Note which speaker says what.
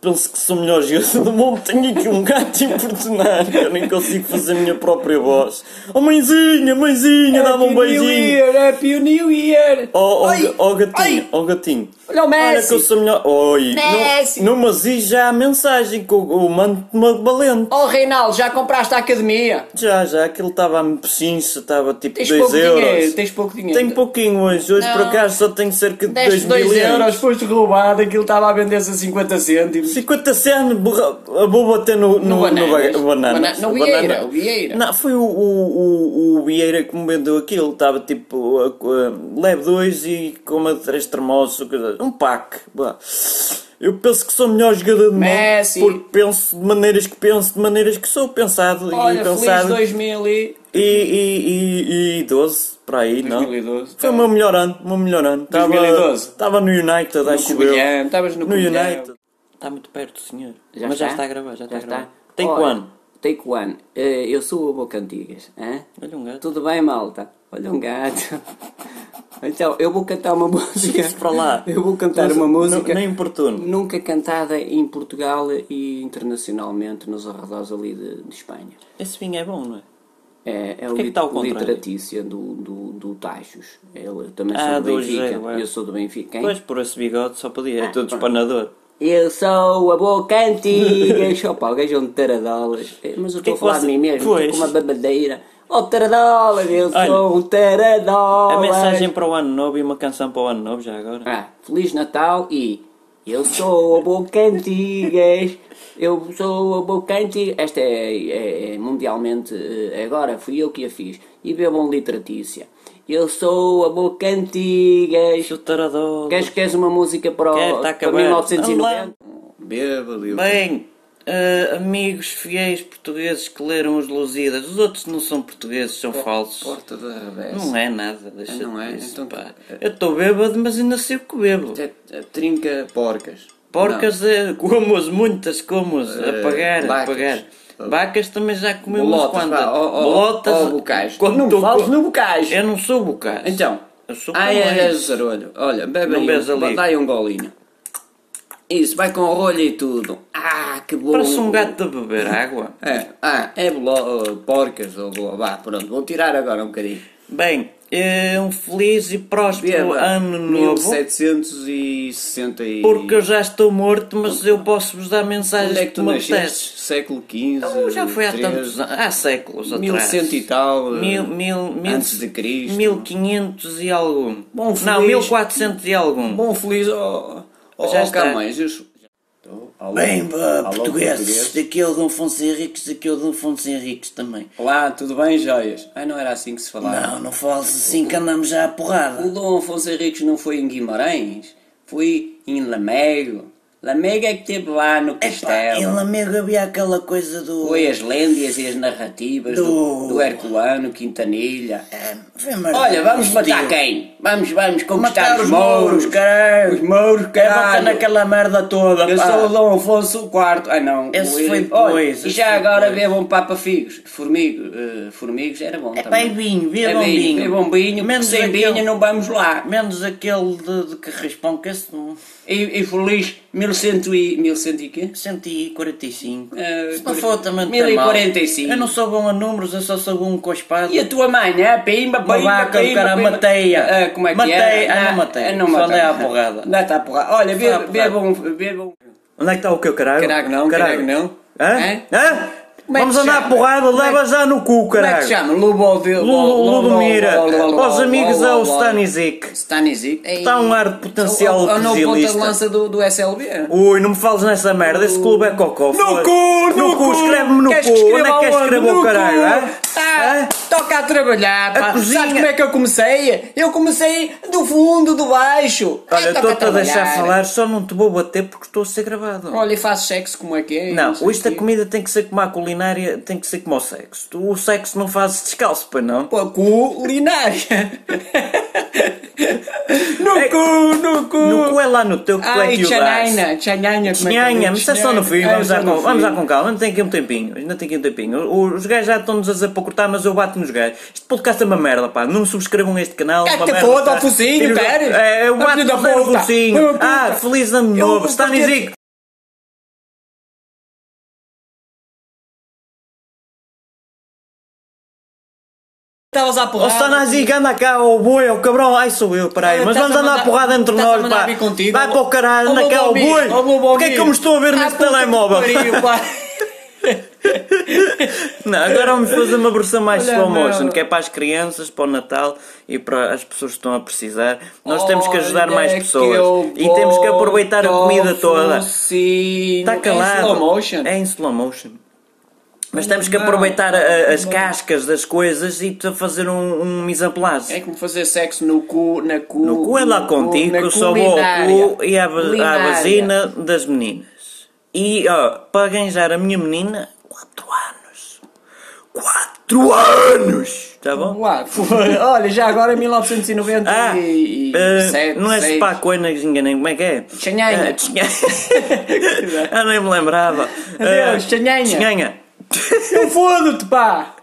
Speaker 1: penso que sou melhor jogador do mundo, tenho aqui um gato importunar, eu nem consigo fazer a minha própria voz. Oh mãezinha,
Speaker 2: É
Speaker 1: mãezinha, dá-me um
Speaker 2: Happy New
Speaker 1: beijinho.
Speaker 2: Year, Happy New Year!
Speaker 1: Oh, oh,
Speaker 2: Ai,
Speaker 1: ga- oh gatinho,
Speaker 2: ai.
Speaker 1: oh gatinho.
Speaker 2: Olha o
Speaker 1: Olha que eu
Speaker 2: Messi!
Speaker 1: sou melhor. Oi,
Speaker 2: Messi.
Speaker 1: não, não me exige já a mensagem que eu, eu mando-te uma valente.
Speaker 2: Oh Reinaldo, já compraste a academia?
Speaker 1: Já, já, aquilo estava a me pechincha, estava tipo
Speaker 2: Tens
Speaker 1: 2
Speaker 2: pouco
Speaker 1: euros.
Speaker 2: dinheiro, tens pouco dinheiro.
Speaker 1: Tenho pouquinho hoje, hoje
Speaker 2: Não.
Speaker 1: por acaso só tenho cerca de 2
Speaker 2: Deste 2 euros, foste roubado, aquilo estava a vender-se a 50 cêntimos.
Speaker 1: 50 cent, borra- vou bater no, no,
Speaker 2: No
Speaker 1: no,
Speaker 2: Bananas.
Speaker 1: baga- bananas.
Speaker 2: Bana- no
Speaker 1: O
Speaker 2: Vieira,
Speaker 1: banana-
Speaker 2: o Vieira.
Speaker 1: Não, foi o, o, o, o Vieira que me vendeu aquilo. Estava tipo, a, a, leve dois e coma três termosos, ou coisa- um pack. vá. Eu penso que sou o melhor jogador do
Speaker 2: Messi.
Speaker 1: mundo. Porque penso de maneiras que penso, de maneiras que sou pensado
Speaker 2: Olha,
Speaker 1: e
Speaker 2: feliz
Speaker 1: pensado.
Speaker 2: 2000 e...
Speaker 1: E, e, e, e 12, para aí, não?
Speaker 2: 2012.
Speaker 1: Foi o meu melhor ano, o meu melhor ano. Estava-
Speaker 2: 2012.
Speaker 1: Estava no United, acho eu.
Speaker 2: Covilhã, estavas no,
Speaker 1: No
Speaker 2: Covilhã.
Speaker 1: United. Está muito perto, senhor.
Speaker 3: Já
Speaker 1: Mas já
Speaker 3: está?
Speaker 1: está a gravar, já está a
Speaker 3: Já
Speaker 1: gravar.
Speaker 3: está.
Speaker 1: Tem
Speaker 3: Olha,
Speaker 1: quando?
Speaker 3: Take one. Eh, eu sou o Boca Antigas. hã?
Speaker 1: Olha um gato.
Speaker 3: Tudo bem, malta? Olha um gato. Então, eu vou cantar uma música.
Speaker 1: Isso para lá.
Speaker 3: Eu vou cantar uma música.
Speaker 1: Nem importuno.
Speaker 3: Nunca cantada em Portugal e internacionalmente nos arredores ali de, de Espanha.
Speaker 1: Esse vinho é bom, não é?
Speaker 3: É, é o
Speaker 1: Porquê que está ao
Speaker 3: lit-
Speaker 1: contrário?
Speaker 3: literatícia do, do, do Tajos. Eu também sou
Speaker 1: Ah,
Speaker 3: do
Speaker 1: do
Speaker 3: Benfica.
Speaker 1: Gego, é.
Speaker 3: Eu sou do Benfica, hein?
Speaker 1: Pois, por esse bigode só podia. É
Speaker 3: Ah,
Speaker 1: todo
Speaker 3: pronto.
Speaker 1: espanador.
Speaker 3: Eu sou a boca antiga. Chopá, o gajo é um taradolas. Eh, Mas eu
Speaker 1: Que
Speaker 3: estou a
Speaker 1: que
Speaker 3: falar
Speaker 1: você-
Speaker 3: de mim mesmo,
Speaker 1: Pois.
Speaker 3: estou com uma babadeira. Oh, taradolas, eu
Speaker 1: Olha,
Speaker 3: sou um taradolas.
Speaker 1: A mensagem para o ano novo e uma canção para o ano novo, já agora.
Speaker 3: Ah, Feliz Natal e eu sou a boca antigas. Eu sou a boca antiga. Esta é, é- é mundialmente eh, agora, fui eu que a fiz. E um bebam literatícia. Eu sou a boca antigas.
Speaker 1: Chutarador.
Speaker 3: Ah. Queres, queres uma música para, o,
Speaker 1: Quero, tá está a
Speaker 3: para
Speaker 1: acabar.
Speaker 3: 1990?
Speaker 2: Beba, Leo.
Speaker 1: Bem, eh, amigos fiéis portugueses que leram os Lusíadas. Os outros não são portugueses, são falsos.
Speaker 2: Porta da Revés.
Speaker 1: Não é nada, deixa
Speaker 2: Não é?
Speaker 1: disso,
Speaker 2: Então-
Speaker 1: pá. Eu estou bêbado, mas ainda sei o que bebo.
Speaker 3: Então
Speaker 2: É- é Trinca porcas.
Speaker 1: Porcas, é, como-as muitas, como-as, a pagar, a
Speaker 2: vacas.
Speaker 1: pagar. Vacas também já comi umas
Speaker 2: Eh, Bolotas,
Speaker 1: quantas.
Speaker 2: vá, ó, ó,
Speaker 1: Bolotas,
Speaker 2: ó, bocais.
Speaker 1: quando
Speaker 2: Não
Speaker 1: tu-
Speaker 2: fales no bocais.
Speaker 1: Eu não sou bocais.
Speaker 2: Então,
Speaker 1: eu sou
Speaker 2: ai,
Speaker 1: também.
Speaker 2: ai, ai, zarolho. Olha, bebe
Speaker 1: Não
Speaker 2: aí
Speaker 1: bebes
Speaker 2: um,
Speaker 1: ali.
Speaker 2: dá aí um golinho. Isso, vai com rolha e tudo. Ah, que bom.
Speaker 1: Parece um gato a beber água.
Speaker 2: É, ah, é bolo, porcas ou boa. Vá, pronto, vou tirar agora um bocadinho.
Speaker 1: Bem, é um feliz e próspero
Speaker 2: Beba,
Speaker 1: ano novo.
Speaker 2: 1760 e...
Speaker 1: Porque eu já estou morto, mas eu posso vos dar mensagens
Speaker 2: Onde é que tu
Speaker 1: me apetece.
Speaker 2: nasceste? Século XV?
Speaker 1: Eu Então, já foi há
Speaker 2: 13,
Speaker 1: tantos anos, há séculos atrás.
Speaker 2: 1100 e tal. eh,
Speaker 1: Mil, mil, mil,
Speaker 2: antes de Cristo.
Speaker 1: 1500 e algum.
Speaker 2: Bom,
Speaker 1: não,
Speaker 2: feliz-
Speaker 1: 1400 e algum.
Speaker 2: Bom, feliz. Oh, oh,
Speaker 1: Já
Speaker 2: já
Speaker 1: está.
Speaker 2: está. Camões, eu...
Speaker 1: Bem, bah, portugueses, daqui é o Dom Fonso Henriques, daqui é o Dom Fonso Henriques também.
Speaker 2: Olá, tudo bem, joias? Ah, não era assim que se falava.
Speaker 1: Não, não fales assim que andamos já à porrada.
Speaker 2: O Dom Afonso Henriques não foi em Guimarães, foi em Lamego. Lamego é que teve lá no
Speaker 1: Em
Speaker 2: castelo.
Speaker 1: Lamego havia aquela coisa do...
Speaker 2: Foi as lêndias e as narrativas do,
Speaker 1: Do-
Speaker 2: do, Herculano, Quintanilha.
Speaker 1: Ah, foi merda. é
Speaker 2: Olha, vamos matar
Speaker 1: Tio.
Speaker 2: quem? Vamos, vamos conquistar
Speaker 1: Matar
Speaker 2: os mouros.
Speaker 1: caralho. É
Speaker 2: Os mouros,
Speaker 1: Quer
Speaker 2: caralho.
Speaker 1: naquela merda toda,
Speaker 2: Eu
Speaker 1: pá.
Speaker 2: sou o Dom Afonso IV. Ah não,
Speaker 1: Esse
Speaker 2: o William-
Speaker 1: foi depois,
Speaker 2: Olha,
Speaker 1: esse
Speaker 2: e já
Speaker 1: foi
Speaker 2: agora
Speaker 1: depois.
Speaker 2: bebam Papa Figos. Formigo, eh, formigos era bom
Speaker 1: É pá,
Speaker 2: também.
Speaker 1: e vinho, bebam
Speaker 2: É
Speaker 1: vinho.
Speaker 2: Bebam vinho,
Speaker 1: Menos
Speaker 2: porque sem
Speaker 1: aquele-
Speaker 2: vinho não vamos lá.
Speaker 1: Menos aquele de, de Carraspão, que esse não...
Speaker 2: E, e feliz 1100 e... 1100 e quê?
Speaker 1: 145.
Speaker 2: Eh,
Speaker 1: Se não for também não tem
Speaker 2: 1045.
Speaker 1: mal. Eu não sou bom a números, eu só sou bom com a espada.
Speaker 2: E a tua mãe, né? Pimba, pimba,
Speaker 1: Uma vaca, o
Speaker 2: pimba,
Speaker 1: cara,
Speaker 2: pimba.
Speaker 1: matei-a.
Speaker 2: Ah, como é que
Speaker 1: Matei,
Speaker 2: era?
Speaker 1: ah, não matei.
Speaker 2: Não
Speaker 1: Só
Speaker 2: matei.
Speaker 1: andei à porrada.
Speaker 2: Dá-te à porrada. Olha,
Speaker 1: Só à
Speaker 2: be-
Speaker 1: porrada.
Speaker 2: bebam... bebam.
Speaker 1: Onde é que está o que, caralho?
Speaker 2: Caralho não, caralho não.
Speaker 1: Hã?
Speaker 2: Hã?
Speaker 1: Hã?
Speaker 2: é que
Speaker 1: Vamos
Speaker 2: se
Speaker 1: andar a
Speaker 2: chama?
Speaker 1: porrada,
Speaker 2: Como é
Speaker 1: leva já no cu,
Speaker 2: Como é que se
Speaker 1: caralho.
Speaker 2: chama? Lubovic.
Speaker 1: Lu- Ludomira. Aos amigos é o Stanisic.
Speaker 2: Stanisic.
Speaker 1: Está um ar de potencial
Speaker 2: É o novo ponta de
Speaker 1: pugilista.
Speaker 2: lança do, do SLB.
Speaker 1: Ui, não me fales nessa merda, esse clube é cocó. foda-se.
Speaker 2: cu,
Speaker 1: no cu,
Speaker 2: no cu.
Speaker 1: escreve-me no
Speaker 2: Queres
Speaker 1: cu.
Speaker 2: que
Speaker 1: Onde é
Speaker 2: escreva
Speaker 1: que queres
Speaker 2: aonde?
Speaker 1: escrever o
Speaker 2: No
Speaker 1: caralho?
Speaker 2: cu.
Speaker 1: hã?
Speaker 2: Ah,
Speaker 1: Hã?
Speaker 2: Toca a trabalhar, pá.
Speaker 1: cozinha.
Speaker 2: Sabes como é que eu comecei? Eu comecei do fundo, do baixo. Ah,
Speaker 1: Olha,
Speaker 2: toca
Speaker 1: estou-te a deixar
Speaker 2: trabalhar.
Speaker 1: falar, só não te vou bater porque estou a ser gravado.
Speaker 2: Olha, e faz sexo como é que é?
Speaker 1: Não,
Speaker 2: sei
Speaker 1: isto
Speaker 2: o
Speaker 1: a
Speaker 2: quê.
Speaker 1: comida tem que ser como a culinária, tem que ser como o sexo. Tu, o sexo não fazes descalço, pois não?
Speaker 2: Pô, culinária. no
Speaker 1: É-
Speaker 2: cu, no cu. Ah,
Speaker 1: No cu é lá no teu que tu é
Speaker 2: Ai,
Speaker 1: que o dás.
Speaker 2: tchanhanha, tchanhanha, como é que
Speaker 1: Nhanha, mas isso é só no fim,
Speaker 2: Ah,
Speaker 1: vamos,
Speaker 2: só
Speaker 1: lá
Speaker 2: no
Speaker 1: com, vamos
Speaker 2: fim.
Speaker 1: lá com calma, ainda tem aqui um tempinho, ainda tem aqui um tempinho. O- Os gajos já estão-nos a dizer para cortar, mas eu bato nos gajos. Este podcast é uma merda, pá, não subscrevam este canal. é
Speaker 2: Cá
Speaker 1: uma
Speaker 2: que te
Speaker 1: merda,
Speaker 2: foda,
Speaker 1: pá.
Speaker 2: ó focinho,
Speaker 1: Filho da-
Speaker 2: Pérez.
Speaker 1: É, eu
Speaker 2: Ó
Speaker 1: bato
Speaker 2: filho da
Speaker 1: no
Speaker 2: puta.
Speaker 1: focinho.
Speaker 2: Filho da
Speaker 1: Ah,
Speaker 2: puta.
Speaker 1: feliz ano
Speaker 2: Eu
Speaker 1: novo,
Speaker 2: vou
Speaker 1: está
Speaker 2: bater- Ah.
Speaker 1: nizico.
Speaker 2: Estavas à
Speaker 1: Ó
Speaker 2: porrada.
Speaker 1: Stanazic, Oh, anda cá, ó boi, ó cabrão, ai sou eu, peraí,
Speaker 2: Ah,
Speaker 1: mas
Speaker 2: estás
Speaker 1: vamos
Speaker 2: a
Speaker 1: andar
Speaker 2: mandar-
Speaker 1: a porrada entre
Speaker 2: estás a
Speaker 1: nós,
Speaker 2: mandar
Speaker 1: pá.
Speaker 2: vir contigo,
Speaker 1: Vai
Speaker 2: ó-
Speaker 1: para o caralho,
Speaker 2: ó
Speaker 1: anda
Speaker 2: bobo
Speaker 1: cá, ó
Speaker 2: amigo,
Speaker 1: boi.
Speaker 2: ó bobo
Speaker 1: Porquê é que eu me estou a ver
Speaker 2: amigo? Ah,
Speaker 1: nesse
Speaker 2: puta que
Speaker 1: telemóvel?
Speaker 2: pariu, pá.
Speaker 1: Não, agora vamos fazer uma versão mais
Speaker 2: Olha,
Speaker 1: slow motion,
Speaker 2: meu.
Speaker 1: que é para as crianças, para o Natal e para as pessoas que estão a precisar. Nós temos que ajudar
Speaker 2: Olha
Speaker 1: mais
Speaker 2: que
Speaker 1: pessoas
Speaker 2: eu
Speaker 1: e temos que
Speaker 2: vou
Speaker 1: aproveitar a comida toda.
Speaker 2: tofucinho.
Speaker 1: Está
Speaker 2: Em
Speaker 1: calado.
Speaker 2: É slow motion.
Speaker 1: É em slow motion. Mas
Speaker 2: Não,
Speaker 1: temos que
Speaker 2: não,
Speaker 1: aproveitar
Speaker 2: não,
Speaker 1: a- as
Speaker 2: não.
Speaker 1: cascas das coisas e t- fazer um, um mise en place.
Speaker 2: É como fazer sexo no cu, na cu.
Speaker 1: No cu é lá
Speaker 2: na
Speaker 1: contigo,
Speaker 2: cu
Speaker 1: só vou ao
Speaker 2: binária.
Speaker 1: cu e à, va- à
Speaker 2: Binária.
Speaker 1: vagina das meninas. E ó, para ganhar a minha menina, 4 anos. 4 anos! Está bom?
Speaker 2: Uá, foi- olha, já agora é em 1997.
Speaker 1: Ah, eh, não é
Speaker 2: seis.
Speaker 1: se para a coina que se enganem, como é que é?
Speaker 2: Tchanhanha.
Speaker 1: Ah, tchanhanha. Ah, nem me lembrava.
Speaker 2: Adeus,
Speaker 1: Ah,
Speaker 2: tchanhanha.
Speaker 1: Tchanhanha.
Speaker 2: Eu fodo-te, pá!